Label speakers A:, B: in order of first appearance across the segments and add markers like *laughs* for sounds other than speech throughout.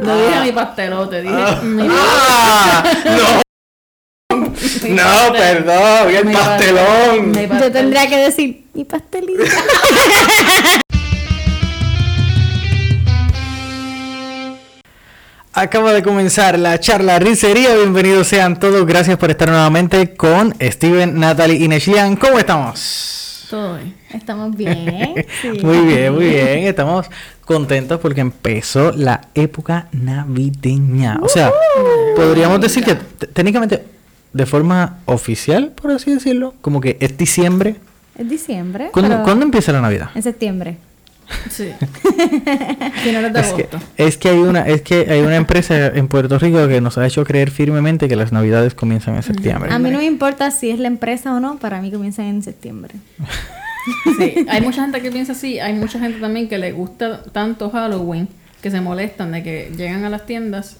A: No
B: Ah.
A: dije mi pastelote, dije mi,
C: ¡Ah!
D: *laughs*
A: mi
C: ¡No! ¡No,
A: pastel-
C: perdón! ¡El
A: mi
C: pastelón!
A: mi
D: Yo
A: pastel.
D: tendría que decir, mi pastelito.
B: Acaba de comenzar la charla Risería. Bienvenidos sean todos. Gracias por estar nuevamente con Steven, Natalie y Nechlian. ¿Cómo estamos?
A: Todo bien.
D: Estamos bien. sí.
B: Muy bien, muy bien. Estamos contentos porque empezó la época navideña. O sea,
D: Uh-huh.
B: podríamos decir que t- técnicamente, de forma oficial, por así decirlo, como que es diciembre.
D: Es diciembre.
B: ¿Cuándo,
D: pero
B: cuándo empieza la Navidad?
D: En septiembre. *laughs*
A: Sí. Finales de
B: Es que,
A: agosto.
B: es que hay una es que hay una empresa en Puerto Rico que nos ha hecho creer firmemente que las navidades comienzan en septiembre.
A: Ah,
D: A mí no me importa si es la empresa o no, para mí comienzan en septiembre.
A: Sí, hay mucha gente que piensa así, hay mucha gente también que le gusta tanto Halloween que se molestan de que llegan a las tiendas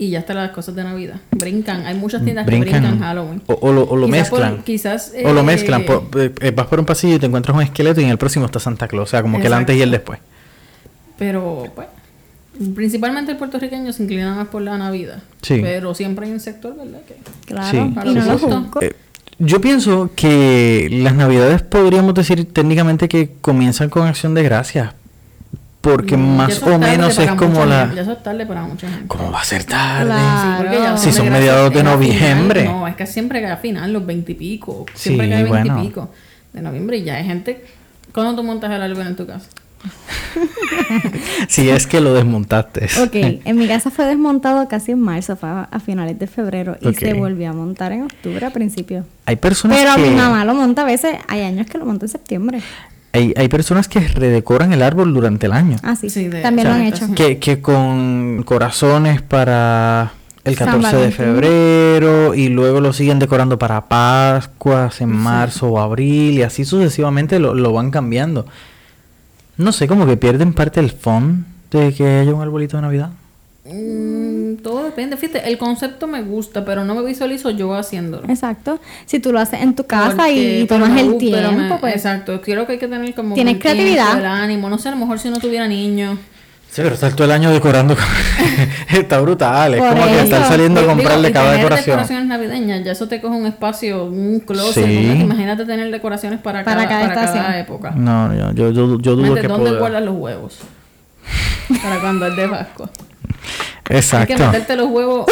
A: y ya están las cosas de Navidad. Brincan, hay muchas tiendas que brincan Halloween.
B: O, o lo, o lo
A: Quizás por-
B: mezclan.
A: quizás,
B: o lo
A: eh,
B: mezclan. por- eh, eh, vas por un pasillo y te encuentras un esqueleto y en el próximo está Santa Claus. O sea, como que el antes y el después.
A: Pero, pues, principalmente el puertorriqueño se inclina más por la Navidad.
B: Sí.
A: Pero siempre hay un sector, ¿verdad? Que...
D: Claro.
B: Sí,
D: y no
A: sí,
D: lo
A: sí, sí.
D: juzgo.
B: Eh, yo pienso que las navidades podríamos decir técnicamente que comienzan con acción de gracias. Porque
A: Mm, ya
B: más
A: eso es
B: o
A: tarde
B: menos es
A: para
B: como
A: mucha
B: la...
A: gente, Ya eso es tarde para mucha gente.
B: ¿Cómo va a ser tarde?
D: Claro.
A: porque ya
D: Si
A: Acción
B: son
A: Gracias
B: mediados de
A: es a final,
B: noviembre.
A: no, es que siempre cae a final, los veintipico.
B: Sí,
A: Siempre cae
B: bueno.
A: veintipico de noviembre y ya hay gente. ¿Cuándo tú montas el árbol en tu casa?
B: Si es que lo desmontaste.
D: Ok, en mi casa fue desmontado casi en marzo, fue a, a finales de febrero y
B: Ok.
D: se volvió a montar en octubre a principio.
B: Hay personas
D: Pero
B: que...
D: mi mamá lo monta a veces, hay años que lo monta en septiembre.
B: Hay, hay personas que redecoran el árbol durante el año.
D: Ah, sí,
A: Sí, de-
D: también
A: o
D: lo
A: sea,
D: han hecho.
B: Que, que con corazones para el
D: San
B: 14 de
D: Valentín.
B: febrero y luego lo siguen decorando para Pascuas en marzo o abril y así sucesivamente lo, lo van cambiando. No sé, como que pierden parte del fun de que haya un arbolito de Navidad.
A: Mm, todo depende. Fíjate, el concepto me gusta, pero no me visualizo yo haciéndolo.
D: Exacto. Si tú lo haces en tu casa
A: Porque-
D: y
A: pero
D: tomas
A: me
D: el
A: gu- pero
D: tiempo,
A: me-
D: pues.
A: Exacto, creo que hay que tener como.
D: Tienes
A: el tiempo,
D: creatividad.
A: El ánimo, no sé, a lo mejor si no tuviera niños.
B: Sí, pero estar todo el año decorando con- *laughs* está brutal. Es
D: Por
B: como que
D: eso.
B: estar saliendo a comprarle
A: y
B: cada
A: tener
B: decoración.
A: decoraciones navideñas, ya eso te coge un espacio, un closet.
B: Sí.
A: ¿no? Imagínate tener decoraciones para,
D: Para
A: cada,
D: cada
A: para cada
D: estación.
A: época.
B: No, yo, yo, yo, yo dudo
A: Mete,
B: que
A: ¿Dónde
B: pueda.
A: guardas los huevos? Para cuando es de Pascua. Hay que
B: Exacto.
A: meterte los
B: *laughs*
A: huevos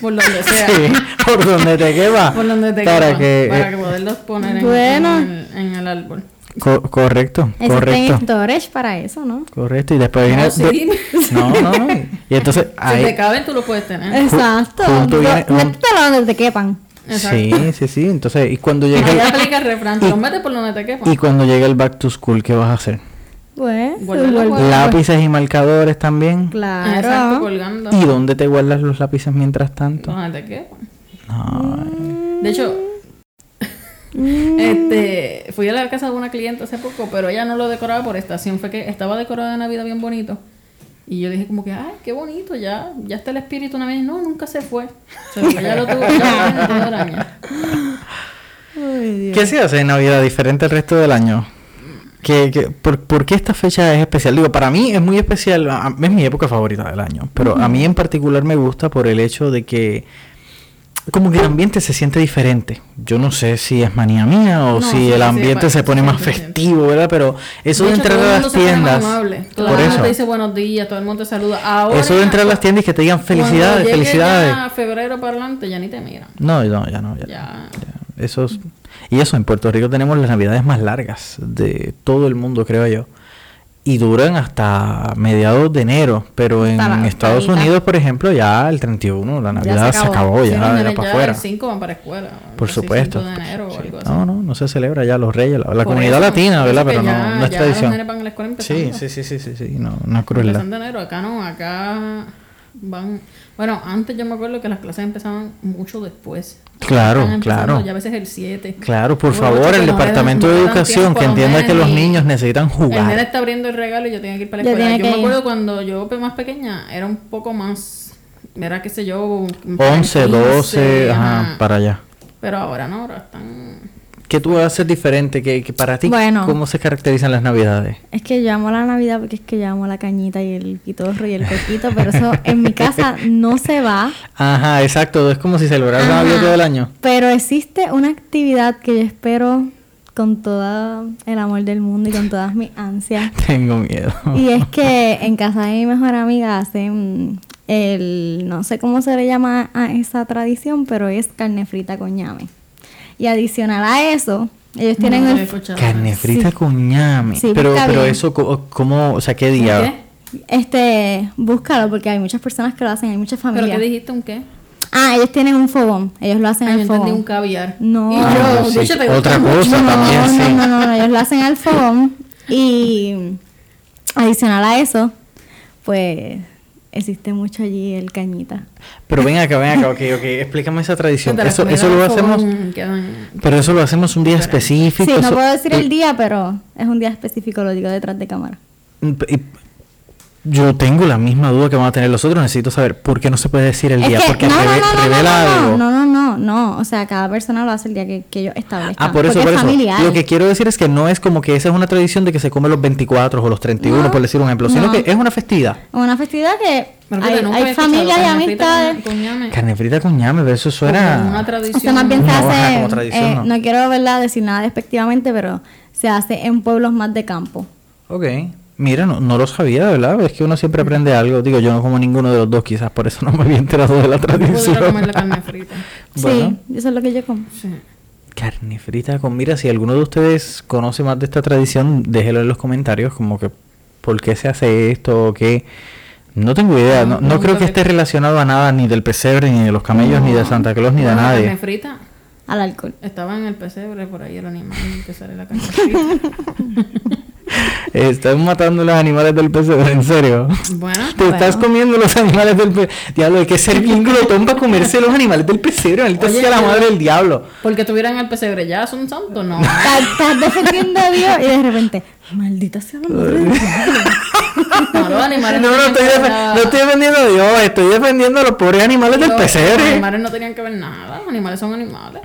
A: por donde sea. *laughs*
B: Sí, por donde te quema.
A: Por donde te
B: para
A: quepan,
B: que,
A: para
B: eh,
A: que poderlos poner en,
D: Bueno.
A: en el, en el árbol.
B: co- correcto, correcto.
D: Existen storage para eso, ¿no?
B: Correcto, y después viene.
A: No, sí.
B: de- no, no, no.
A: *laughs*
B: Y entonces
A: Si te
B: ahí.
A: caben, tú lo puedes tener.
D: Exacto.
B: junto
D: Lo-
B: viene un-
D: Métetelo donde te quepan.
B: Sí, sí, sí. Entonces, y cuando llegue
A: Ahí
B: el,
A: aplica el refrán, te los metes por donde te quepan.
B: y cuando llegue el back to school, ¿qué vas a hacer?
D: Pues,
A: Guardar
D: vuelve-
A: los
B: Lápices y marcadores también.
D: Claro.
A: Exacto, colgando.
B: ¿Y dónde te guardas los lápices mientras tanto?
A: Donde te quepan.
B: No.
A: De hecho,
B: Mm.
A: este, fui a la casa de una cliente hace poco, pero ella no lo decoraba por estación, fue que estaba decorada de Navidad bien bonito. Y yo dije como que, ay, qué bonito, ya, ya está el espíritu navideño. No, nunca se fue. Se fue, ya lo tuvo, ya lo tuvo de araña.
B: ¿Qué se hace en Navidad diferente al resto del año? ¿Qué, qué- por, por qué esta fecha es especial? Digo, para mí es muy especial, a- es mi época favorita del año, pero a mí en particular me gusta por el hecho de que como que el ambiente se siente diferente. Yo no sé si es manía mía o
A: No,
B: si
A: sí,
B: el
A: sí,
B: ambiente
A: pa-
B: se pone
A: sí,
B: más
A: sí, sí.
B: festivo, ¿verdad? Pero eso de,
A: hecho,
B: entrar
A: todo el
B: a
A: mundo
B: las
A: se pone más
B: tiendas,
A: amable. Todo
B: por
A: el mundo
B: eso,
A: te dice buenos días, todo el mundo te saluda. Ahora,
B: eso de entrar a las tiendas y que te digan
A: cuando
B: felicidades,
A: llegue
B: felicidades.
A: ya febrero para adelante ya ni te miran.
B: No, no, ya no, ya.
A: Ya.
B: Eso es- y eso, en Puerto Rico tenemos las navidades más largas de todo el mundo, creo yo. Y duran hasta mediados de enero, pero en
D: Hasta la
B: Estados
D: octavita.
B: Unidos, por ejemplo, ya el 31, la
D: se
B: Navidad se acabó,
D: acabó.
A: Sí,
B: Oh, ya,
A: los
B: ya
A: nenes
B: para
A: ya
B: afuera.
A: El 5 van para escuela. algo
B: Por
A: así,
B: supuesto.
A: 5 de enero o
B: Sí.
A: algo así.
B: No, no, no se celebra ya los reyes, la,
A: Por
B: la comunidad
A: eso,
B: latina,
A: por eso
B: ¿verdad?
A: que
B: Pero no,
A: ya-
B: no es
A: ya
B: tradición.
A: Los nenes van a la escuela
B: Sí,
A: empezando.
B: sí, sí, sí, sí, sí, no, una crueldad.
A: Empezando enero, acá no, acá van... Bueno, antes yo me acuerdo que las clases empezaban mucho después.
B: Claro,
A: Están empezando
B: claro.
A: Ya a veces el 7.
B: Claro, por
A: Ocho,
B: favor,
A: que no
B: el
A: le-
B: Departamento
A: no
B: de
A: le dan
B: Educación
A: tiempo a
B: que entienda que los
A: nenes y-
B: niños necesitan
A: El nene
B: jugar.
A: está abriendo el regalo y yo tenía que ir para la
D: Ya
A: escuela. Yo
D: tiene que
A: me
D: ir.
A: acuerdo cuando yo pe- más pequeña era un poco más... Era, qué sé yo...
B: 11,
A: 15,
B: 12, ajá,
A: ajá.
B: para allá.
A: Pero ahora no, ahora están...
B: ¿Qué tú vas a hacer diferente? que que para ti?
D: Bueno.
B: ¿Cómo se caracterizan las navidades?
D: Es que yo amo la Navidad porque es que yo amo la cañita y el pitorro y el coquito, pero eso en mi casa no se va.
B: Ajá, exacto. Es como si celebraras la Navidad
D: Ajá.
B: todo el año. *laughs*
D: Pero existe una actividad que yo espero con todo el amor del mundo y con todas mis ansias.
B: Tengo miedo.
A: *laughs*
D: Y es que en casa de mi mejor amiga hacen el, no sé cómo se le llama a esa tradición, pero es carne frita con ñame. Y adicional a eso, ellos tienen
A: No lo he
D: el,
A: escuchado.
B: Carne frita
D: Sí.
B: con ñame.
D: Sí,
B: pero
D: está
B: pero
D: bien.
B: eso, co- ¿cómo? O sea, ¿qué
A: ¿Un
B: día?
A: qué?
D: este, búscalo porque hay muchas personas que lo hacen, hay muchas
A: ¿Pero qué
D: familias.
A: dijiste? ¿Un qué?
D: ah, ellos tienen un fogón, ellos lo hacen
A: Ah, yo
D: al
A: entendí
D: fogón.
A: un caviar.
D: No.
A: Y
D: Ah,
A: yo,
B: sí.
A: "Bicho, te
B: Otra
A: gusta
B: cosa
A: mucho".
D: no,
B: también,
D: no,
B: sí.
D: no, no, no, ellos lo hacen al fogón y adicional a eso, pues existe mucho allí el cañita.
B: Pero ven acá, ven acá. Ok, ok. Explícame esa tradición.
A: Cuéntala,
B: Eso,
A: comida
B: eso lo
A: del
B: hacemos...
A: fogón, quedan-
B: Pero eso lo hacemos un día específico.
D: Sí, no
B: eso- eh,
D: puedo decir
B: y-
D: el día, pero es un día específico, lo digo detrás de cámara.
B: y- Yo tengo la misma duda que van a tener los otros. Necesito saber por qué no se puede decir el
D: Es
B: día.
D: que-
B: porque
D: no, no,
B: reve-
D: no, no,
B: revela
D: no, no,
B: algo.
D: No, no, no, no, o sea, cada persona lo hace el día que, que ellos establezcan.
B: Ah, por eso,
D: porque
B: por
D: es
B: eso.
D: familiar.
B: Lo que quiero decir es que no es como que esa es una tradición de que se come los 24 o los 31,
D: No,
B: por decir un ejemplo, sino
D: no.
B: que es una festividad.
D: Una festividad que
A: Pero
D: hay,
A: fíjate, nunca
D: hay
A: había escuchado
D: familias y
A: carne frita con-
D: amistades.
A: con ñame.
B: Carne frita con ñame, pero eso
A: Eh. Como una
B: suena...
D: O
A: tradición.
D: sea, más bien se
B: No, ajá,
D: hace,
B: como tradición,
D: eh,
B: no.
D: no. quiero ¿verdad? decir nada despectivamente, pero se hace en pueblos más de campo.
B: Ok. Mira, no, no lo sabía, de verdad. Es que uno siempre aprende algo. Digo, yo no como ninguno de los dos, quizás por eso no me había enterado de la
A: No
B: tradición.
A: pudiera comer la carne frita.
B: *laughs* Bueno.
D: Sí, eso es lo que yo como.
A: Sí.
B: Carne frita con... Mira, si alguno de ustedes conoce más de esta tradición, déjelo en los comentarios, como que por qué se hace esto o qué. No tengo idea,
A: No,
B: no, no creo
A: nunca
B: que
A: le-
B: esté relacionado a nada, ni del pesebre, ni de los camellos, ni de Santa Claus, ni de
A: Bueno, La
B: nadie. *laughs*
A: carne frita
D: Al alcohol.
A: estaba en el pesebre, por ahí el animal que sale la carne frita.
B: Estás matando los animales del pesebre, en serio.
A: Ah, Bueno,
B: *laughs* Te estás comiendo los animales del pesebre. Diablo, hay que ser bien glotón para comerse los animales del pesebre. Maldita
A: Oye,
B: sea la
A: pero-
B: madre del diablo.
A: porque tuvieran el pesebre ya, son santos, no.
D: Estás estás defendiendo a Dios y de repente, maldita sea la madre. de Dios".
A: No, los
B: No,
A: animales
B: *laughs* no
A: tenían
B: estoy,
A: que ver
B: defe-
A: nada.
B: no estoy defendiendo a Dios, estoy defendiendo a los pobres animales del
A: Los- Los
B: pesebre.
A: animales no tenían que ver nada, los animales son animales.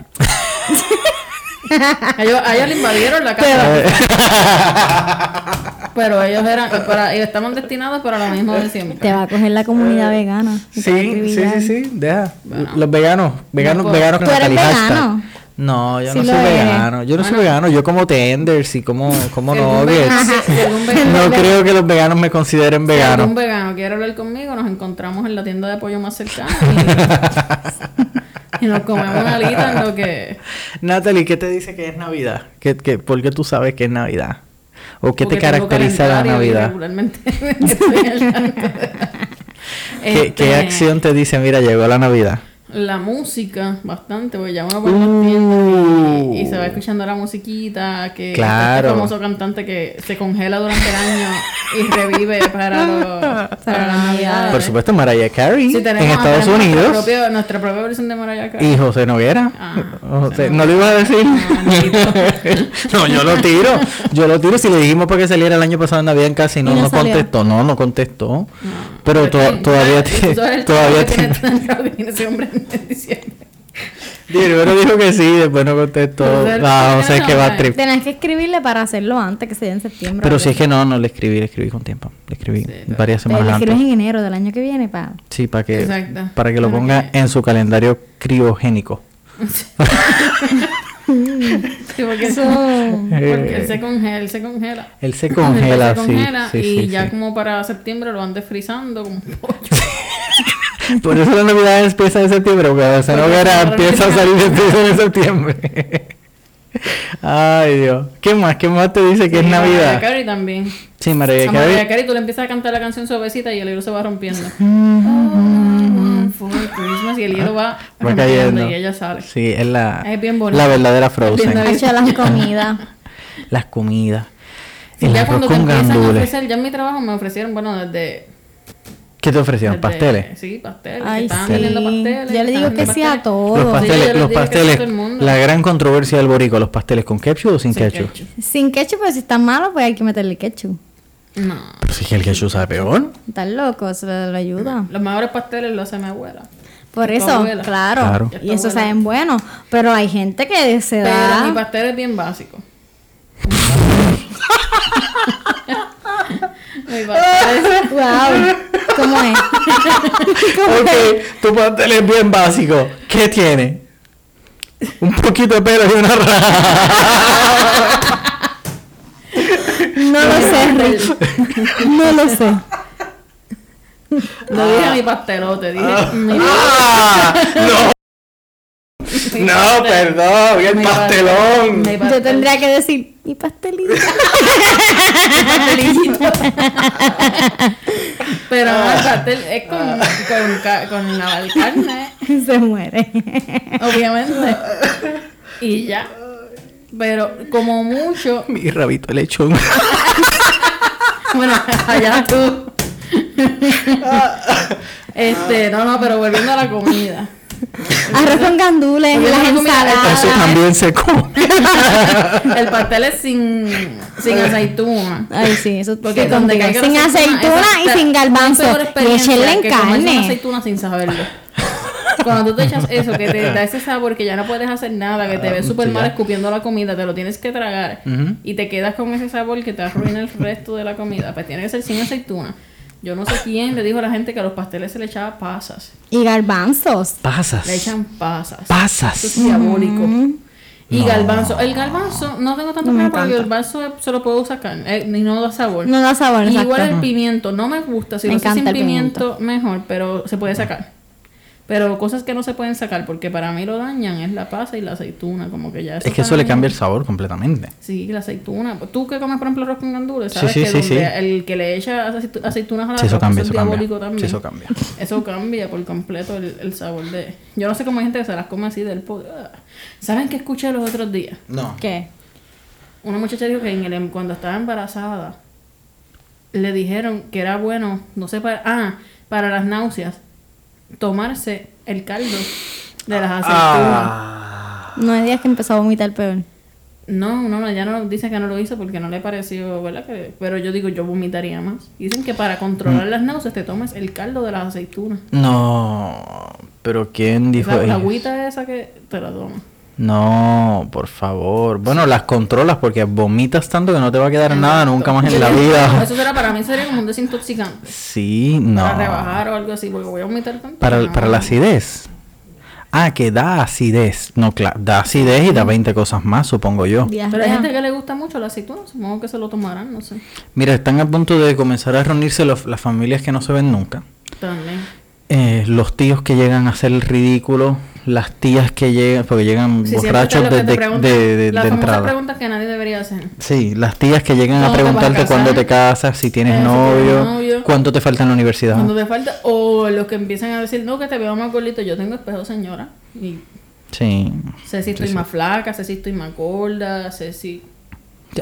A: *laughs* ellos, a ellos le invadieron la casa,
B: eh. *laughs*
A: pero ellos eran, para, ellos estaban destinados para lo mismo de
B: *laughs*
A: siempre.
D: Te va a coger la comunidad vegana. y te va a
B: Sí, sí,
D: acribillar.
B: sí, sí, deja.
A: Bueno.
B: Los veganos, veganos,
A: No puedo.
B: veganos con
D: ¿Tú eres
B: Natalie hashtag.
D: vegano?
B: No, yo
D: Sí
B: no
D: lo
B: soy
D: eres.
B: vegano. Yo no soy vegano, yo como tenders y como, como
A: Si algún
B: nuggets.
A: vegano- si algún
B: *laughs* No
A: vegano-
B: creo que los veganos me consideren
A: Si
B: vegano.
A: algún vegano quiere hablar conmigo, nos encontramos en la tienda de pollo más cercana
B: *laughs*
A: y, y nos comemos una alita en lo que...
B: Natalie, ¿qué te dice que es Navidad? ¿Qué, qué, por qué tú sabes que es Navidad? ¿O
A: porque
B: qué te
A: tengo
B: caracteriza la
A: calendario y
B: Navidad?
A: regularmente *laughs* estoy al tanto.
B: ¿Qué, qué
A: Este,
B: acción te dice, mira, llegó la Navidad?
A: La música, bastante, porque ya uno va por las tiendas
B: Uh,
A: y, y se va escuchando la musiquita, que
B: Claro.
A: este famoso cantante que se congela durante el año y revive para, los- para la Navidad.
B: por supuesto, Mariah Carey
A: Sí,
B: en
A: tenemos-
B: Estados
A: tenemos nuestro
B: Unidos
A: propio- nuestra propia versión de Mariah Carey.
B: y José Noguera.
A: Ah,
B: José-
A: José
B: no lo iba a decir.
A: No,
B: *laughs* no, yo lo tiro. Yo lo tiro. Si le dijimos para que saliera el año pasado en Navidad en casa y no,
D: Y no
B: no
D: salió.
B: contestó. No, no contestó.
A: No,
B: Pero to-
A: tiene- *laughs*
B: todavía
A: tú sabes
B: tiene.
A: el trabajo
B: Todavía
A: que
B: tiene.
A: tiene tan raro que tiene ese hombre en diciembre.
B: *laughs* Primero dijo que sí, después no contestó.
A: Pero él-
B: Ah, o
A: él
B: sea,
A: no
B: que va a
A: sabe.
B: trip.
D: Tenés que escribirle para hacerlo antes que sea en septiembre.
B: Pero
D: o
B: si es
D: algo
B: que no, no le escribí, le escribí con tiempo. Le escribí
A: pues. Sí,
B: varias
D: así. Pero
B: semanas
D: le
B: antes.
D: escribes en enero del año que viene para
B: Sí, para que,
A: Exacto.
B: para que lo
A: Para
B: ponga
A: que-
B: en su calendario criogénico. *laughs*
A: Sí, porque,
D: Eso.
A: porque él se congela, él se congela.
B: eh. Él se congela,
A: Él se
B: sí,
A: congela
B: sí,
A: y
B: sí,
A: ya
B: sí.
A: como para septiembre lo van desfrizando como un pollo.
B: Por eso la Navidad empieza en septiembre, porque la
A: Porque
B: hoguera
A: se
B: empieza a
A: arranca.
B: salir desde en septiembre. Ay, Dios. ¿Qué más? ¿Qué más te dice que es
A: Y a
B: Navidad?
A: Mariah Carey también.
B: Sí, Mariah
A: A Mariah
B: Carey.
A: Carey tú le empiezas a cantar la canción suavecita y el hielo se va
B: *laughs*
A: rompiendo. For Christmas, y el hielo va,
B: Mm. Va
A: rompiendo
B: cayendo.
A: y ella sale.
B: Sí, es la,
A: Es bien bonito.
B: la verdadera
A: bien
B: Frozen.
A: navideño.
B: *laughs*
D: hacer las comidas.
B: Las comidas.
A: Sí,
B: el
A: ya
B: arroz
A: cuando te
B: con
A: empiezan a
B: gandules.
A: ofrecer, ya en mi trabajo me ofrecieron, bueno, desde...
B: ¿Qué te ofrecieron?
A: desde-
B: ¿Pasteles?
A: Sí, pasteles.
D: Ay,
A: estaban
D: sí.
A: vendiendo pasteles,
D: Yo le
A: estaban
D: digo que
A: vendiendo
D: sí a
A: pasteles.
B: Los
D: todo.
A: pas-
B: pasteles,
A: Sí, yo les
B: los
A: digo que
B: pasteles,
A: todo el mundo.
B: la gran controversia del borico, los pasteles con ketchup o sin,
A: Sin
B: ketchup?
A: ketchup.
D: Sin ketchup, pero si está malo, pues hay que meterle ketchup.
A: No.
B: Pero si es que el ketchup sabe peor.
D: Estás loco, eso le, le ayuda.
A: Los mejores pasteles los hace mi abuela.
D: Por
A: Tu
D: eso,
A: abuela.
D: claro.
B: Claro.
A: Ya tu
D: Y eso
A: abuela.
D: saben bueno. Pero hay gente que se
A: Pero mi
D: da.
A: pastel es bien
B: *laughs*
A: básico. mi pastel es-
D: Wow. ¿Cómo es?
B: Ok, tu pastel es bien básico. ¿Qué tiene? Un poquito de pelo y una raja.
A: *laughs*
D: No *laughs* lo sé, Rich. No lo sé.
A: *laughs* No dije mi pastelote, dije mm, mi,
B: Ah, no,
A: mi
B: no,
A: pastel.
B: perdón, el
A: Mi
B: pastelón.
A: Mi
D: Yo
A: pastel-
D: tendría que decir, mi
A: *laughs*
D: pastelito.
A: mi pastelito. Pero no, el pastel es con, con, ca- con eh, naval carne,
D: *laughs* Se muere.
A: obviamente. Y ya. Pero como mucho,
B: Mi rabito de lechón.
A: Ah, Bueno, *laughs* allá tú. este, no, no, pero volviendo a la comida.
D: Arroz con gandules,
A: Porque
D: las
A: no comí nada.
B: Eso
A: Ah.
D: ensaladas.
B: también se come.
A: El pastel es sin, sin aceituna.
D: Ay, sí, eso
A: Porque
D: sí,
A: donde
D: contigo.
A: caiga la
D: Sin aceituna y
A: esa-
D: sin
A: es la
D: garbanzo.
A: peor
D: Y
A: experiencia
D: echenle en
A: que comerse una
D: carne.
A: aceituna sin saberlo. Cuando tú te echas eso, que te da ese sabor que ya no puedes hacer nada, que te ves súper mal
B: Ah, ya.
A: escupiendo la comida, te lo tienes que tragar y te quedas con ese sabor que te arruina el resto de la comida. Pues tiene que ser sin aceituna. Yo no sé quién le dijo a la gente que a los pasteles se le echaba pasas.
D: Y garbanzos.
B: Pasas.
A: Le echan pasas. Eso
B: Pasas.
A: es diabólico. Y
B: No.
A: galbanzo. El galbanzo, no tengo tanto
D: No
A: problema
D: me
A: porque el
D: encanta.
A: galbanzo se lo puedo sacar. eh, y no da sabor.
D: No da sabor,
A: Y
D: exacto.
A: Igual el pimiento. No me gusta. Si
D: Me
A: lo haces sin
D: encanta el
A: pimiento, mejor, pero se puede sacar. Pero cosas que no se pueden sacar porque para mí lo dañan es la pasa y la aceituna. Como que ya.
B: Es que eso
A: para
B: le
A: mí-
B: cambia el sabor completamente.
A: Sí, la aceituna. Tú que comes, por ejemplo, arroz con gandules,
B: Sí,
A: sabes
B: sí,
A: que
B: sí,
A: donde
B: sí.
A: el que le echa aceitu- aceitunas a la
B: Sí, eso
A: sopa,
B: cambia,
A: Ah, pues es
B: eso cambia.
A: diabólico también.
B: Sí, eso cambia.
A: *laughs* Eso cambia por completo el, el sabor de... Yo no sé cómo hay gente que se las come así del... po- ah. ¿Saben qué escuché los otros días?
B: No.
D: ¿Qué?
A: Una muchacha dijo que en el, em- cuando estaba embarazada le dijeron que era bueno, no sé para... Ah, para las náuseas, tomarse el caldo de las aceitunas.
B: Ah.
D: No hay días que empezó a vomitar peor.
A: No, no, no, ya no dice que no lo hizo porque no le pareció, ¿verdad? Que- pero yo digo, yo vomitaría más. Dicen que para
B: Mm.
A: controlar las náuseas te tomes el caldo de las aceitunas.
B: No. Pero ¿quién dijo
A: La, la
B: eso?
A: agüita esa que te la tomas.
B: No, por favor. Bueno, las controlas porque vomitas tanto que no te va a quedar nada nunca más
A: *laughs*
B: en la
A: Yo-
B: vida.
A: Eso será para mí sería como un desintoxicante.
B: Sí, no.
A: Para rebajar o algo así, porque voy a vomitar tanto.
B: Para,
A: No.
B: para la acidez. Ah, que da acidez. No, claro, da acidez y da 20 cosas más, supongo yo.
D: Días
A: Pero hay
D: de-
A: gente que le gusta mucho la aceituna, supongo que se lo tomarán, no sé.
B: Mira, están a punto de comenzar a reunirse los- las familias que no se ven nunca.
A: También.
B: Eh, los tíos que llegan a hacer el ridículo, las tías que llegan, porque llegan
A: Sí, siempre
B: borrachos
A: está lo
B: de,
A: que te
B: de-
A: preguntan,
B: de- de-
A: las
B: de
A: famosas
B: entrada.
A: preguntas que nadie debería hacer.
B: Sí, las tías que llegan
A: ¿Cuándo
B: a
A: te vas a
B: preguntarte cuándo
A: casar?
B: te casas, si tienes
A: Eh, si tienes
B: novio,
A: novio.
B: cuánto te falta en la universidad.
A: Cuando te falta, o los que empiezan a decir, no, que te veo más gordito, yo tengo espejo, señora. Y
B: Sí.
A: sé si estoy más flaca, sé si estoy más gorda, sé si...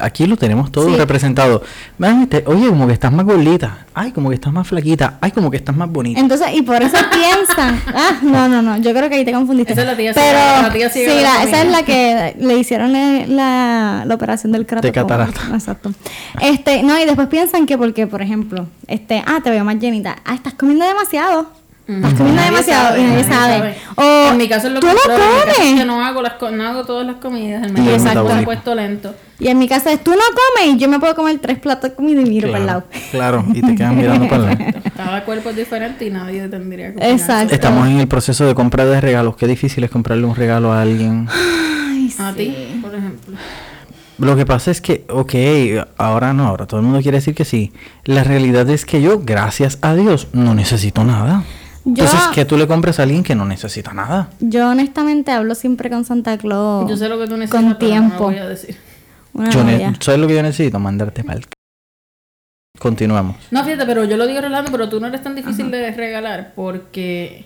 B: Aquí lo tenemos todo
D: Sí.
B: representado. Man, te- oye, como que estás más gordita. Ay, como que estás más flaquita. Ay, como que estás más bonita.
D: Entonces, y por
A: *laughs*
D: eso piensan. Ah, no, no, no. Yo creo que ahí te confundiste.
A: Esa es la tía
D: Pero,
A: ciega, la tía ciega
D: sí,
A: de la
D: la- esa es
A: comida.
D: la que le hicieron eh, la, la operación del cráneo.
B: catarata.
D: Exacto. Este, no, y después piensan que porque, por ejemplo, este, ah, te veo más llenita. Ah, estás comiendo demasiado. Estás comiendo demasiado y Mm. nadie sabe. O
A: en mi caso es lo
D: tú lo
A: contrario, en mi caso es
D: comes.
A: que no hago, las, co- no hago todas las comidas, el
B: Y el
A: medio está
B: metabolismo.
A: puesto lento.
D: Y en mi casa es tú no comes y yo me puedo comer tres platos de comida y miro para el lado.
B: Claro, y te quedan mirando para el
A: *laughs*
B: lado.
A: Cada cuerpo es diferente y nadie tendría que opinar
D: Exacto.
A: sobre-
B: Estamos en el proceso de compra de regalos. Qué difícil es comprarle un regalo a alguien.
A: A ti, por ejemplo.
B: Lo que pasa es que, ok, ahora no, ahora todo el mundo quiere decir que sí. La realidad es que yo, gracias a Dios, no necesito nada.
D: Yo-
B: Entonces, que tú le compres a alguien que no necesita nada.
D: Yo honestamente hablo siempre con Santa Claus.
B: Oh,
A: Yo sé lo que tú necesitas,
D: Con
A: pero no lo
D: tiempo.
A: voy a decir. Ah,
D: Una
B: Yo ne-
D: novia.
B: ¿Sabes lo que yo necesito? Mandarte mal. Continuamos.
A: No, fíjate, pero yo lo digo relajando, pero tú no eres tan difícil de regalar porque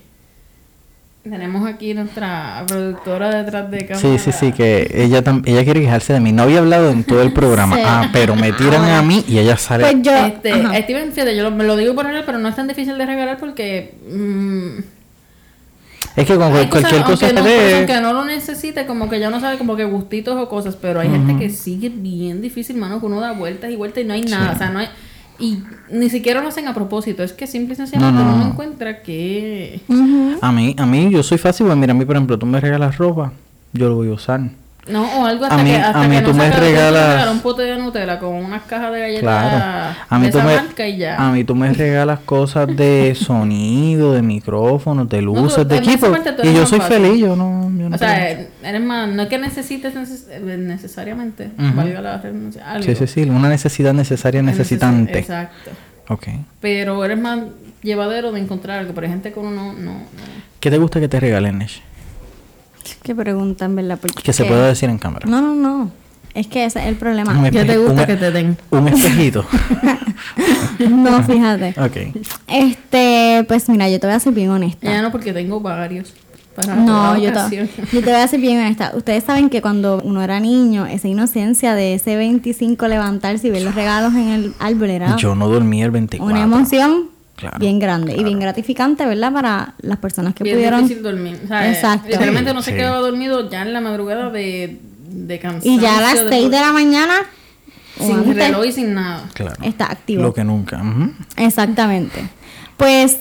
A: tenemos aquí nuestra productora detrás de cámara.
B: Sí, sí, sí, que ella tam- ella quiere quejarse de mí. No había hablado
A: *laughs*
B: en todo el programa.
D: Sí.
B: Ah, pero me tiran a mí y ella sale.
D: Pues yo.
A: Este,
D: ajá.
A: a Steven, fíjate, yo lo- me lo digo por regalar, pero no es tan difícil de regalar porque... mm,
B: es que con
A: hay
B: cual- cualquier cosa
A: cosas,
B: que
A: aunque, no, pues,
B: te-
A: aunque no lo necesite, como que ya no sabe como que gustitos o cosas, pero hay gente que sigue bien difícil, mano, que uno da vueltas y vueltas y no hay nada, o sea, no hay... Y ni siquiera lo hacen a propósito, es que simple y sencillamente
B: No, no,
A: uno
B: no.
A: encuentra que...
D: Ujú.
B: A mí, a mí, yo soy fácil, porque mira, a mí, por ejemplo, tú me regalas ropa, yo lo voy a usar.
A: No, o algo hasta
B: A mí-
A: que, hasta
B: a mí
A: que no
B: tú me
A: sacaron-
B: regalas-
A: sacaron un pote de Nutella con unas cajas de galletas
B: Claro. A
A: de
B: mí, tú
A: esa
B: me,
A: marca y ya.
B: a mí tú me regalas
A: *laughs*
B: cosas de sonido, de micrófonos, de
A: tú-
B: luces, de
A: en esa
B: equipo.
A: parte tú eres
B: Y yo
A: más
B: soy
A: fácil.
B: feliz, yo no... yo no
A: O sea,
B: tengo-
A: eh, eres más, no es que necesites neces- eh, necesariamente,
B: Ujú.
A: valga la redundancia, algo.
B: Sí, sí, sí, una necesidad necesaria,
A: Es neces-
B: necesitante.
A: Exacto.
B: Ok.
A: Pero eres más llevadero de encontrar algo, pero hay gente que uno no... no, no.
B: ¿Qué te gusta que te regalen, Nesh?
D: Qué pregunta, en verdad. Porque
B: Que se pueda decir en cámara.
D: No, no, no. Es que ese es el problema.
B: Un espe- un-
A: den?
B: *laughs* Un espejito.
D: *laughs* no, fíjate.
B: ok.
D: Este, pues mira, yo te voy a ser bien honesta.
B: Ah.
A: Ya no, porque tengo varios. Para
D: No,
A: la
D: yo te,
A: ocasión. *laughs*
D: yo te voy a ser bien honesta. Ustedes saben que cuando uno era niño, esa inocencia de ese 25 levantarse y ver los regalos en el árbol era
B: Yo no dormí el 24.
D: una emoción
B: Claro,
D: bien grande y bien gratificante, ¿verdad? Para las personas que
A: Bien
D: pudieron.
A: difícil dormir. O sea, eh,
D: Exacto.
A: Literalmente no se
B: Sí.
A: quedaba dormido ya en la madrugada de, de cansancio.
D: Y ya a las 6 de la mañana,
A: Sin
D: uno
A: reloj y sin nada.
B: Claro.
D: está activo.
B: Lo que nunca. ujú.
D: Exactamente. Pues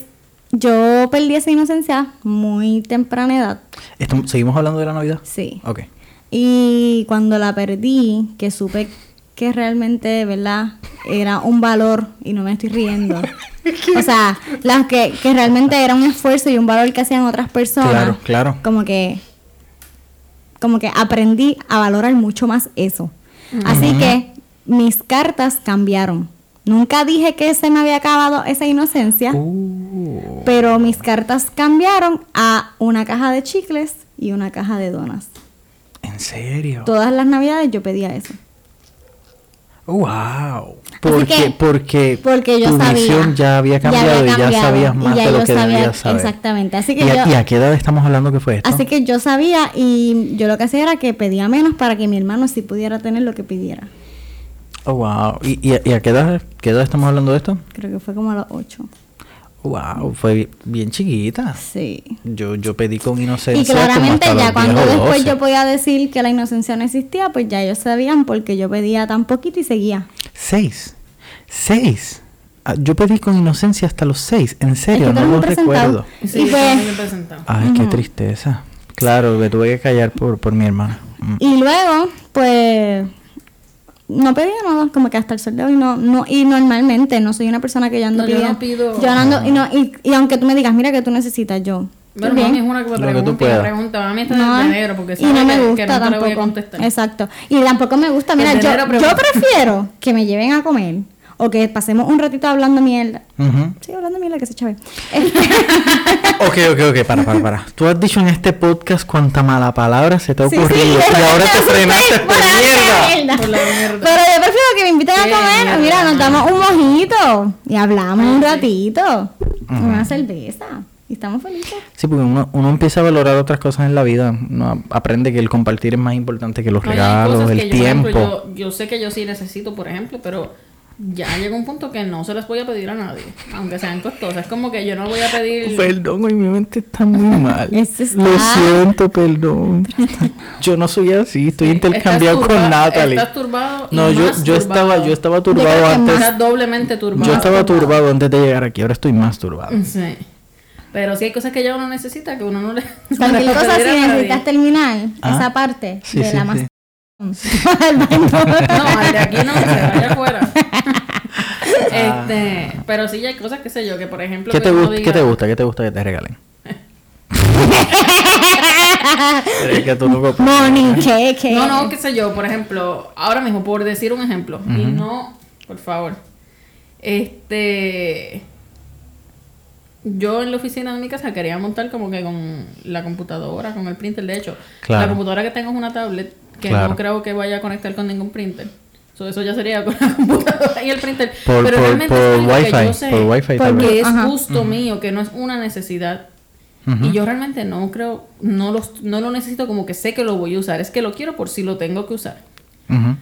D: yo perdí esa inocencia muy temprana edad.
B: Esto- ¿Seguimos hablando de la Navidad?
D: Sí.
B: Ok.
D: Y cuando la perdí, que supe que realmente, ¿verdad? Era un valor, y no me
A: *laughs*
D: estoy riendo. O sea, las que, que realmente era un esfuerzo y un valor que hacían otras personas.
B: Claro, claro.
D: Como que, como que aprendí a valorar mucho más eso.
B: Mm.
D: Así que mis cartas cambiaron. Nunca dije que se me había acabado esa inocencia,
B: Uh,
D: pero mis cartas cambiaron a una caja de chicles y una caja de donas.
B: ¿En serio?
D: Todas las navidades yo pedía eso.
B: ¡Wow!
D: Así que-
B: Porque, porque,
D: Porque yo
B: tu
D: sabía.
B: visión ya había cambiado, y ya
D: cambiado,
B: sabías
D: y
B: más
D: ya
B: de lo
D: yo
B: que
D: sabía-
B: debías saber.
D: Exactamente. Así que,
B: ¿Y, a,
D: yo,
B: y a qué edad estamos hablando que fue esto?
D: así que yo sabía y yo lo que hacía era que pedía menos para que mi hermano sí pudiera tener lo que pidiera.
B: Oh, wow. ¿Y, y a, y a qué, edad, qué edad estamos hablando de esto?
D: Creo que fue como a los ocho.
B: Wow, fue bi- bien chiquita.
D: Sí.
B: Yo, yo pedí con inocencia.
D: Y
B: como
D: claramente
B: hasta los
D: ya cuando
B: 10 o
D: después
B: 12.
D: yo podía decir que la inocencia no existía, pues ya ellos sabían porque yo pedía tan poquito y seguía.
B: Seis. Seis. Ah, Yo pedí con inocencia hasta los seis. En serio,
D: tú
B: no
D: eres un
B: lo
D: presentado.
B: recuerdo.
A: Sí,
D: Y
A: yo
D: pues-
A: también lo he presentado.
B: Ay, qué tristeza. Claro, me tuve que callar por, por mi hermana. Mm.
D: Y luego, pues, no pedía nada, como que hasta el sol de hoy no, no, y normalmente no soy una persona que yo ando
A: No, yo
D: pidiendo.
A: no pido-
D: yo no ando, y, no, y, y aunque tú me digas, mira que tú necesitas yo.
A: Bueno,
D: bien.
A: mami es una que me
B: Lo que tú
A: pregunta, y me
B: puedas.
A: pregunta, mami está
D: No,
A: desde enero porque
D: y
A: sabe
D: no me
A: que- que,
D: gusta
A: nunca le voy a
D: tampoco.
A: contestar.
D: Exacto. Y tampoco me gusta. Mira,
A: Desde
D: yo,
A: enero
D: yo
A: pregunta.
D: prefiero que me lleven a comer o que pasemos un ratito hablando mierda.
B: Mm. Ujú.
D: Sí, hablando mierda que se chave. Este,
B: *laughs* Ok, ok, ok, para, para, para. Tú has dicho en este podcast cuánta mala palabra se te ha
D: Sí, sí, *laughs*
B: ocurrido. y
D: pero
B: ahora
D: yo
B: te
D: soy
B: frenaste por
D: para
B: mierda.
D: hacer mierda.
A: Por la mierda.
D: Pero yo prefiero que me inviten a
A: Qué
D: comer.
A: mierda.
D: Mira, nos damos un mojito y hablamos un ratito. Una cerveza. Y estamos felices.
B: Sí, porque uno, uno empieza a valorar otras cosas en la vida. Uno aprende que el compartir es más importante que los
A: No, y hay
B: regalos,
A: cosas
B: el
A: que yo, por
B: tiempo.
A: ejemplo, yo, yo sé que yo sí necesito, por ejemplo, pero ya llega un punto que no se las voy a pedir a nadie, aunque sean costosas. Es como que yo no voy a pedir.
B: Perdón, hoy mi mente
A: *laughs*
B: está muy mal.
D: Eso está-
B: Lo siento, perdón. Yo no soy así, estoy intercambiado
A: Estás
B: con
A: turba-
B: Natalie.
A: Estás turbado. y
B: No, yo,
A: más turbado.
B: yo estaba, yo estaba
D: creo
B: turbado
D: que
B: antes.
A: Estás doblemente turbado.
B: Yo estaba turbado antes de llegar aquí, ahora estoy más turbado.
A: Sí. Pero sí hay cosas que ya uno necesita que uno no le. *laughs* no
D: Cualquier
A: le va a
D: cosa, si
A: pedir a nadie.
D: necesitas terminar
B: Ah,
D: esa parte
B: sí,
D: de
B: sí,
D: la
B: sí.
D: más. *laughs*
A: *laughs* No, al de aquí no, que se vaya
B: *laughs*
A: afuera. este, pero sí hay cosas, qué sé yo, que por ejemplo.
B: Ah. ¿Qué
A: que
B: te,
A: uno
B: gust-
A: diga-
B: ¿Qué te gusta? ¿Qué te gusta que te regalen? Pero es que tú no
D: *laughs*
B: compras.
D: Moni, ¿qué? ¿Qué?
A: No, no, qué sé yo, por ejemplo, ahora mismo, por decir un ejemplo, y no, por favor. Este. Yo en la oficina de mi casa quería montar como que con la computadora, con el printer. De hecho, la
B: Claro.
A: computadora que tengo es una tablet que no
B: Claro.
A: creo que vaya a conectar con ningún printer. So, eso ya sería *laughs* con la computadora y el printer.
B: Por,
A: Pero
B: por,
A: realmente
B: por
A: es algo que yo
B: wifi,
A: sé
B: por wifi tal
D: Porque-
B: vez.
A: que es
D: Ajá.
A: gusto mío, que no es una necesidad. Y yo realmente no creo, no, los, no lo necesito como que sé que lo voy a usar, es que lo quiero por si lo tengo que usar.
B: Ujú.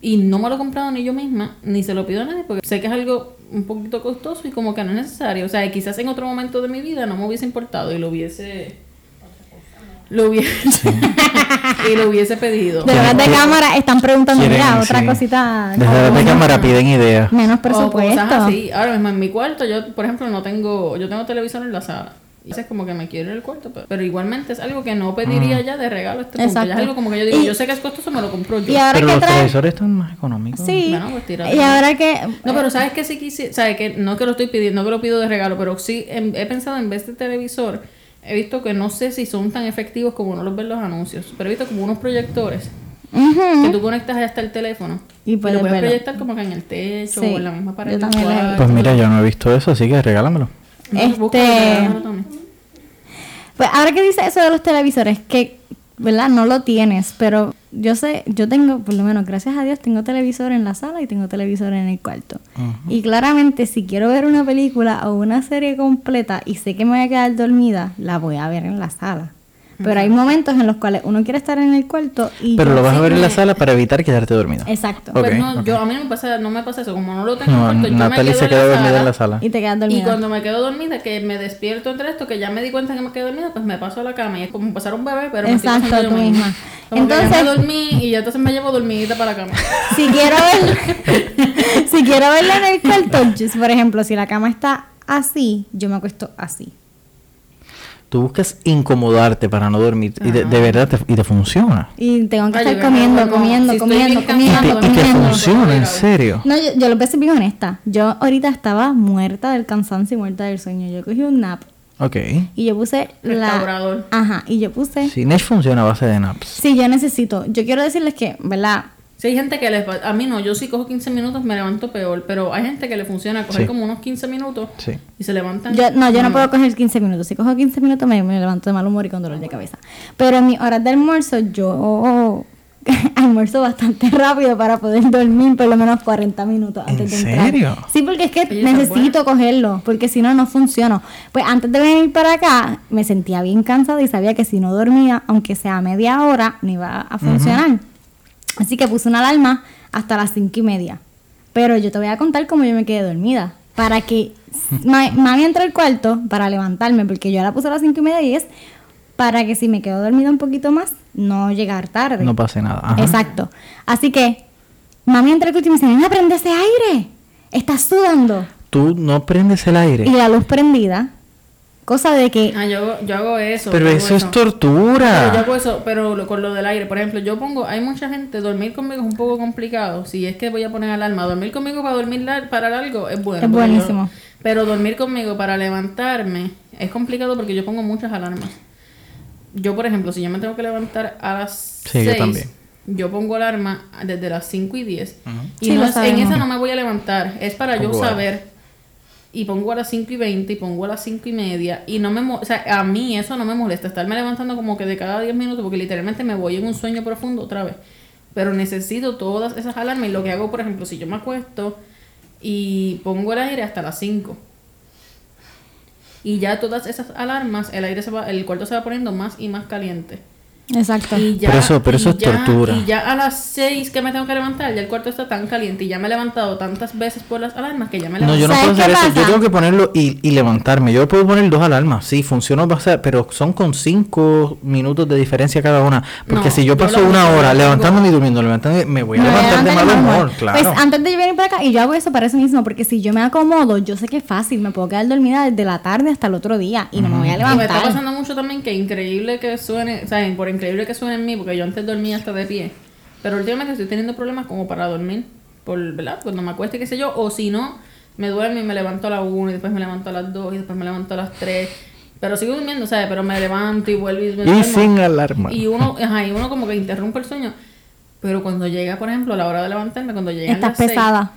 A: Y no me lo he comprado ni yo misma, ni se lo pido a nadie, porque sé que es algo un poquito costoso y como que no es necesario. O sea, quizás en otro momento de mi vida no me hubiese importado y lo hubiese... Lo hubiese... *laughs* y lo hubiese pedido.
D: De verdad de
B: Quieren-
D: cámara están preguntando,
B: Quieren,
D: mira, otra
B: sí.
D: cosita.
B: Desde la de
D: menos-
B: cámara piden ideas.
D: Menos
A: O cosas
D: presupuesto.
A: así. Ahora mismo en mi cuarto, yo, por ejemplo, no tengo. Yo tengo televisor en la sala. Y es como que me quiero ir al cuarto, pero, pero igualmente es algo que no
B: Mm.
A: pediría ya de regalo a este punto. Ya es
D: Exacto.
A: algo como que yo digo,
D: Y-
A: yo sé que es costoso, me lo compro yo.
D: Y ahora
B: Pero
D: que
B: los
D: trae...
B: televisores están más económicos.
D: Sí.
A: Bueno, pues tira.
D: y ahora que...
A: No, pero sabes que sí quisiera, sabes que no que lo estoy pidiendo, no que lo pido de regalo, pero sí em- he pensado en vez de televisor, he visto que no sé si son tan efectivos como uno los ve en los anuncios, pero he visto como unos proyectores
D: eh, Ujú.
A: que tú conectas hasta el teléfono y,
D: Y pues, puedes
A: lo puedes
D: verlo.
A: proyectar como que en el techo
D: Sí,
A: o en la misma pared.
D: yo
A: del
D: también lo he
A: cuarto.
B: Pues mira, yo no he visto eso, así que regálamelo.
A: No,
D: Este-
A: búscalo, regálamelo también.
D: Pues ahora que dice eso de los televisores, que, ¿verdad? No lo tienes, pero yo sé, yo tengo, por lo menos gracias a Dios, tengo televisor en la sala y tengo televisor en el cuarto. Y claramente si quiero ver una película o una serie completa y sé que me voy a quedar dormida, la voy a ver en la sala. Pero hay momentos en los cuales uno quiere estar en el cuarto y...
B: Pero
D: yo
B: lo vas a
D: sé
B: ver en la
D: que-
B: sala para evitar quedarte dormido.
D: Exacto.
B: Ok,
A: Pues no,
B: ok.
A: yo a mí no me pasa, no me pasa eso, como no lo tengo
B: No,
A: puesto, yo me
B: Natalie
A: quedo
B: se queda dormida en la sala.
D: Y te quedas dormida.
A: Y cuando me quedo dormida, que me despierto entre esto, que ya me di cuenta que me quedo dormida, pues me paso a la cama y es como pasar un bebé, pero me estoy
D: Exacto,
A: pasando yo
D: tú
A: misma.
D: misma.
A: Como que
D: Entonces-
A: ya me dormí y ya entonces me llevo dormidita para la
D: *laughs*
A: cama.
D: si quiero
B: *laughs*
D: ver *laughs* si quiero verla en el cuarto yo- por ejemplo si la cama está así yo me acuesto así
B: Tú buscas incomodarte para no dormir y de, de verdad te- y te funciona.
D: y tengo que
A: Ay, yo
D: estar
A: me
D: comiendo
A: duermo.
D: comiendo
A: Si estoy
D: comiendo
A: bien
B: Y te,
D: comiendo
A: cansada,
B: y te
A: Entiendo.
D: comiendo
B: funciona, en serio.
D: no yo, yo lo voy a ser bien honesta yo ahorita estaba muerta del cansancio y muerta del sueño yo cogí un nap
B: Ok.
D: y yo puse la
A: Restaurador.
D: ajá y yo puse sí.
B: Sí, Nash funciona a base de naps.
D: yo necesito yo quiero decirles que verdad
A: Si hay gente que les va- a mí no, yo sí cojo 15 minutos, me levanto peor, pero hay gente que le funciona coger
B: Sí.
A: como unos 15 minutos
B: Sí.
A: y se levantan.
D: Yo, no,
A: Mm.
D: yo no puedo coger 15 minutos. Si cojo 15 minutos me, me levanto de mal humor y con dolor de cabeza. Pero en mis horas de almuerzo yo *laughs* almuerzo bastante rápido para poder dormir por lo menos 40 minutos antes
B: ¿En
D: de entrar.
B: serio?
D: Sí, porque es que
A: Oye, está
D: necesito cogerlo, porque si no, no funciono. Pues antes de venir para acá me sentía bien cansada y sabía que si no dormía, aunque sea media hora, no iba a funcionar. Así que puse una alarma hasta las cinco y media. Pero yo te voy a contar cómo yo me quedé dormida.
B: *laughs*
D: Para que ma- mami entró al cuarto para levantarme, porque yo la puse a las cinco y media y es para que si me quedo dormida un poquito más, no llegar tarde.
B: No pase nada. Ajá.
D: Exacto. Así que mami entra al cuarto y me dice, nena, prende ese aire. Estás sudando.
B: Tú no prendes el
D: Y
B: aire.
D: la luz prendida. Cosa de que...
A: Ah, yo, hago- yo hago eso.
B: Pero
A: yo hago
B: eso es
A: Pero yo
B: tortura.
A: hago eso, pero lo- con lo del aire, por ejemplo, yo pongo, hay mucha gente, dormir conmigo es un poco complicado, si es que voy a poner alarma, dormir conmigo para dormir lar- para largo es bueno.
D: Es
A: porque yo-
D: buenísimo.
A: pero dormir conmigo para levantarme es complicado porque yo pongo muchas alarmas. Yo, por ejemplo, si yo me tengo que levantar a las
B: Sí, yo
A: 6,
B: también.
A: yo pongo alarma desde las 5 y 10. Y
D: Sí,
A: no
D: lo
A: es- en
D: sabemos.
A: esa no me voy a levantar, es para yo
B: Wow.
A: saber y pongo a las 5 y 20 y pongo a las 5 y media y no me mo- o sea, a mí eso no me molesta estarme levantando como que de cada 10 minutos porque literalmente me voy en un sueño profundo otra vez pero necesito todas esas alarmas y lo que hago por ejemplo si yo me acuesto y pongo el aire hasta las 5 y ya todas esas alarmas el aire se va el cuarto se va poniendo más y más caliente
D: Exacto.
A: y ya,
B: Pero eso- pero eso
A: y
B: es
A: ya-
B: tortura.
A: Y ya a las 6 que me tengo que levantar, ya el cuarto está tan caliente y ya me he levantado tantas veces por las alarmas que ya me
B: No,
A: levanto.
B: yo no
D: ¿Sabes
B: puedo
D: qué
B: hacer eso.
D: pasa?
B: Yo tengo que ponerlo y, y levantarme. Yo puedo poner dos alarmas. Sí, funciona base, pero son con cinco minutos de diferencia cada una. Porque
A: No,
B: si yo
A: yo
B: paso
A: lo
B: una
A: único que
B: hora
A: tengo-
B: levantándome y durmiendo, levantándome, me voy a
D: Me voy a
B: levantar de
D: levantar
B: mal
D: de mal
B: humor,
D: humor.
B: claro.
D: Pues antes de yo venir para acá, y yo hago eso para eso mismo, porque si yo me acomodo, yo sé que es fácil, me puedo quedar dormida desde la tarde hasta el otro día y no me voy a
A: Y me está
D: levantar.
A: pasando mucho también que increíble que suene, saben, por increíble que suene en mí, porque yo antes dormía hasta de pie, pero últimamente estoy teniendo problemas como para dormir, por, ¿verdad? Cuando me acueste, qué sé yo, o si no, me duermo y me levanto a las 1 y después me levanto a las 2 y después me levanto a las 3, pero sigo durmiendo, ¿sabes? Pero me levanto y vuelvo y me
B: Y
A: duermo.
B: sin alarma.
A: Y uno, ajá, y uno como que interrumpe el sueño, pero cuando llega, por ejemplo, la hora de levantarme, cuando llega
D: Estás pesada.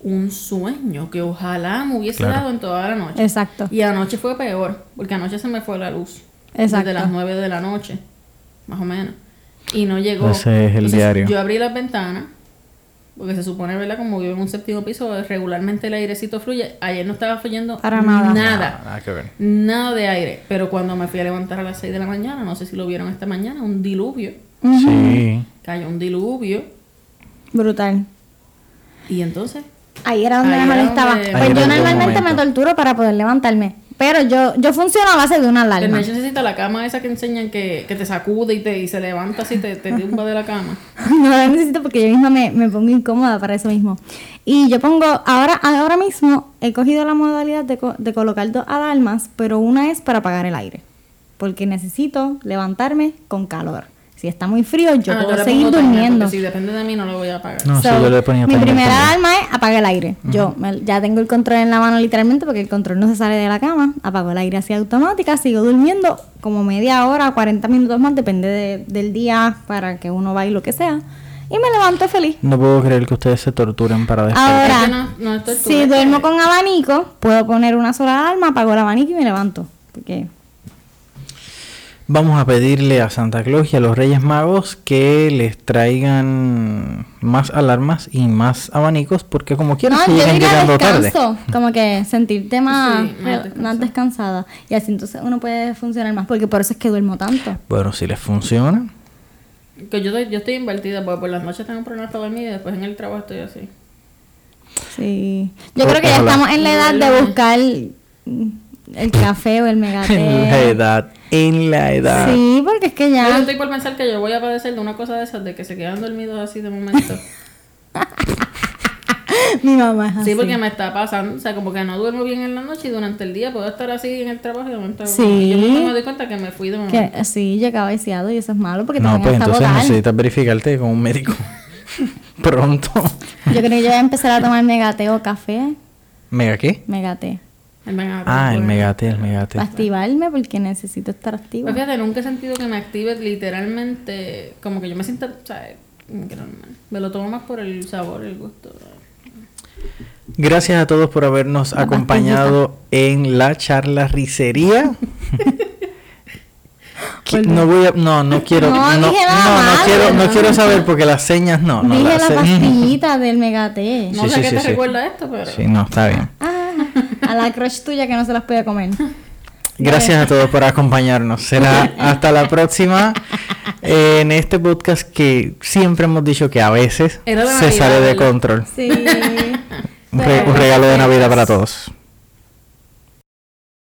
A: un sueño que ojalá me hubiese
B: Claro.
A: dado en toda la noche.
D: Exacto.
A: Y anoche fue peor, porque anoche se me fue la luz.
D: Exacto.
A: Desde las 9 de la noche, más o menos. Y no llegó.
B: Ese es el diario.
A: Yo abrí las ventanas, porque se supone, ¿verdad? Como vivo en un séptimo piso, regularmente el airecito fluye. Ayer no estaba fluyendo
D: Para nada.
A: Nada.
B: Ah, Nada que ver.
A: Nada de aire. Pero cuando me fui a levantar a las 6 de la mañana, no sé si lo vieron esta mañana, un diluvio.
B: Sí.
A: Cayó un diluvio.
D: Brutal.
A: Y entonces,
D: Ahí era donde
A: Ahí
D: mejor
A: era
D: estaba.
A: donde-
D: Pues
B: Ahí era
D: yo
B: el buen
D: normalmente me
B: momento.
D: torturo para poder levantarme. Pero yo, yo funciono a base de una
A: El
D: alarma.
A: Nacho necesita la cama esa que enseñan que, que te sacude y te y se levanta así te, te tumba de la cama.
D: No la necesito porque yo misma me, me pongo incómoda para eso mismo. Y yo pongo, ahora, ahora mismo he cogido la modalidad de, co- de colocar dos alarmas, pero una es para apagar el aire. Porque necesito levantarme con calor. Si está muy frío, *laughs* yo
A: Ah,
D: puedo
A: le
D: seguir
A: pongo timer,
D: durmiendo.
A: porque Si depende de mí, no lo voy a pagar.
B: No, sí, yo le ponía
D: mi
B: timer
D: primera
B: también.
D: alarma es apaga el aire. Yo me- ya tengo el control en la mano literalmente porque el control no se sale de la cama. Apago el aire así automática, sigo durmiendo como media hora, 40 minutos más, depende de- del día para que uno vaya y lo que sea. Y me levanto feliz.
B: No puedo creer que ustedes se torturen para despertar.
D: Ahora,
A: Es que no- no es tortura,
D: si
A: es
D: duermo
A: que-
D: con abanico, puedo poner una sola alarma, apago el abanico y me levanto. Porque
B: Vamos a pedirle a Santa Claus y a los Reyes Magos que les traigan más alarmas y más abanicos porque como quieran
D: No, yo
B: siguen
D: diría
B: llegando
D: descanso,
B: tarde.
D: como que sentirte más,
A: Sí, más
D: rela- más descansada. Y así entonces uno puede funcionar más, porque por eso es que duermo tanto.
B: Bueno, si les funciona.
A: Que yo, doy- yo estoy invertida, porque por las noches tengo problemas para dormir y después en el trabajo estoy así.
D: Sí. Yo
B: O-
D: creo que ya
B: ojalá.
D: estamos en la edad de buscar mm, el café o
B: *laughs*
D: el
B: En la
D: megate.
B: edad, en la edad.
D: Sí, porque es que
A: Yo
D: ya.
A: estoy por pensar que yo voy a padecer de una cosa de esas, de que se quedan dormidos así de momento.
D: *laughs* Mi mamá es así.
B: Ah,
A: Sí, porque me está pasando, o sea, como que no duermo bien en la noche y durante el día puedo estar así en el trabajo y de momento
D: Sí.
A: yo misma me doy cuenta que me fui de momento.
D: Que, sí, llegaba viciado y eso es malo porque te
B: No,
D: van
B: pues
D: a
B: entonces
D: sabotar.
B: necesitas verificarte con un
D: *laughs*
B: médico. Pronto.
D: Yo creo que yo voy a empezar a tomar megate o café.
B: ¿Mega qué?
D: Megate.
A: El mega-
B: Ah, el
A: bueno.
B: megate, el megate.
D: Para activarme porque necesito estar activa.
A: Pero fíjate, nunca he sentido que me active literalmente, como que yo me siento, o sea, como que normal. Me lo tomo más por el sabor, el gusto.
B: Gracias a todos por habernos acompañado en la charla risería. Qui- No voy a, no, no quiero,
D: No,
B: no, no,
D: dije nada
B: no
D: malo,
B: quiero, no
D: no.
B: quiero saber porque las señas no, no
D: Dije
B: las
D: la
B: se-
D: pastillita del megate.
A: *laughs* No
B: Sí,
A: sé
B: sí,
A: qué
B: sí,
A: te
B: sí.
A: recuerda esto, pero...
B: *laughs* Sí, no, está bien.
D: Ah, a la crush tuya que no se las podía comer.
B: Gracias a todos por acompañarnos. Será hasta la próxima eh, en este podcast que siempre hemos dicho que a veces
A: Era la
B: se
A: Navidad,
B: sale de
A: ¿verdad?
B: control.
D: Sí.
B: Un re- un regalo de Navidad para todos.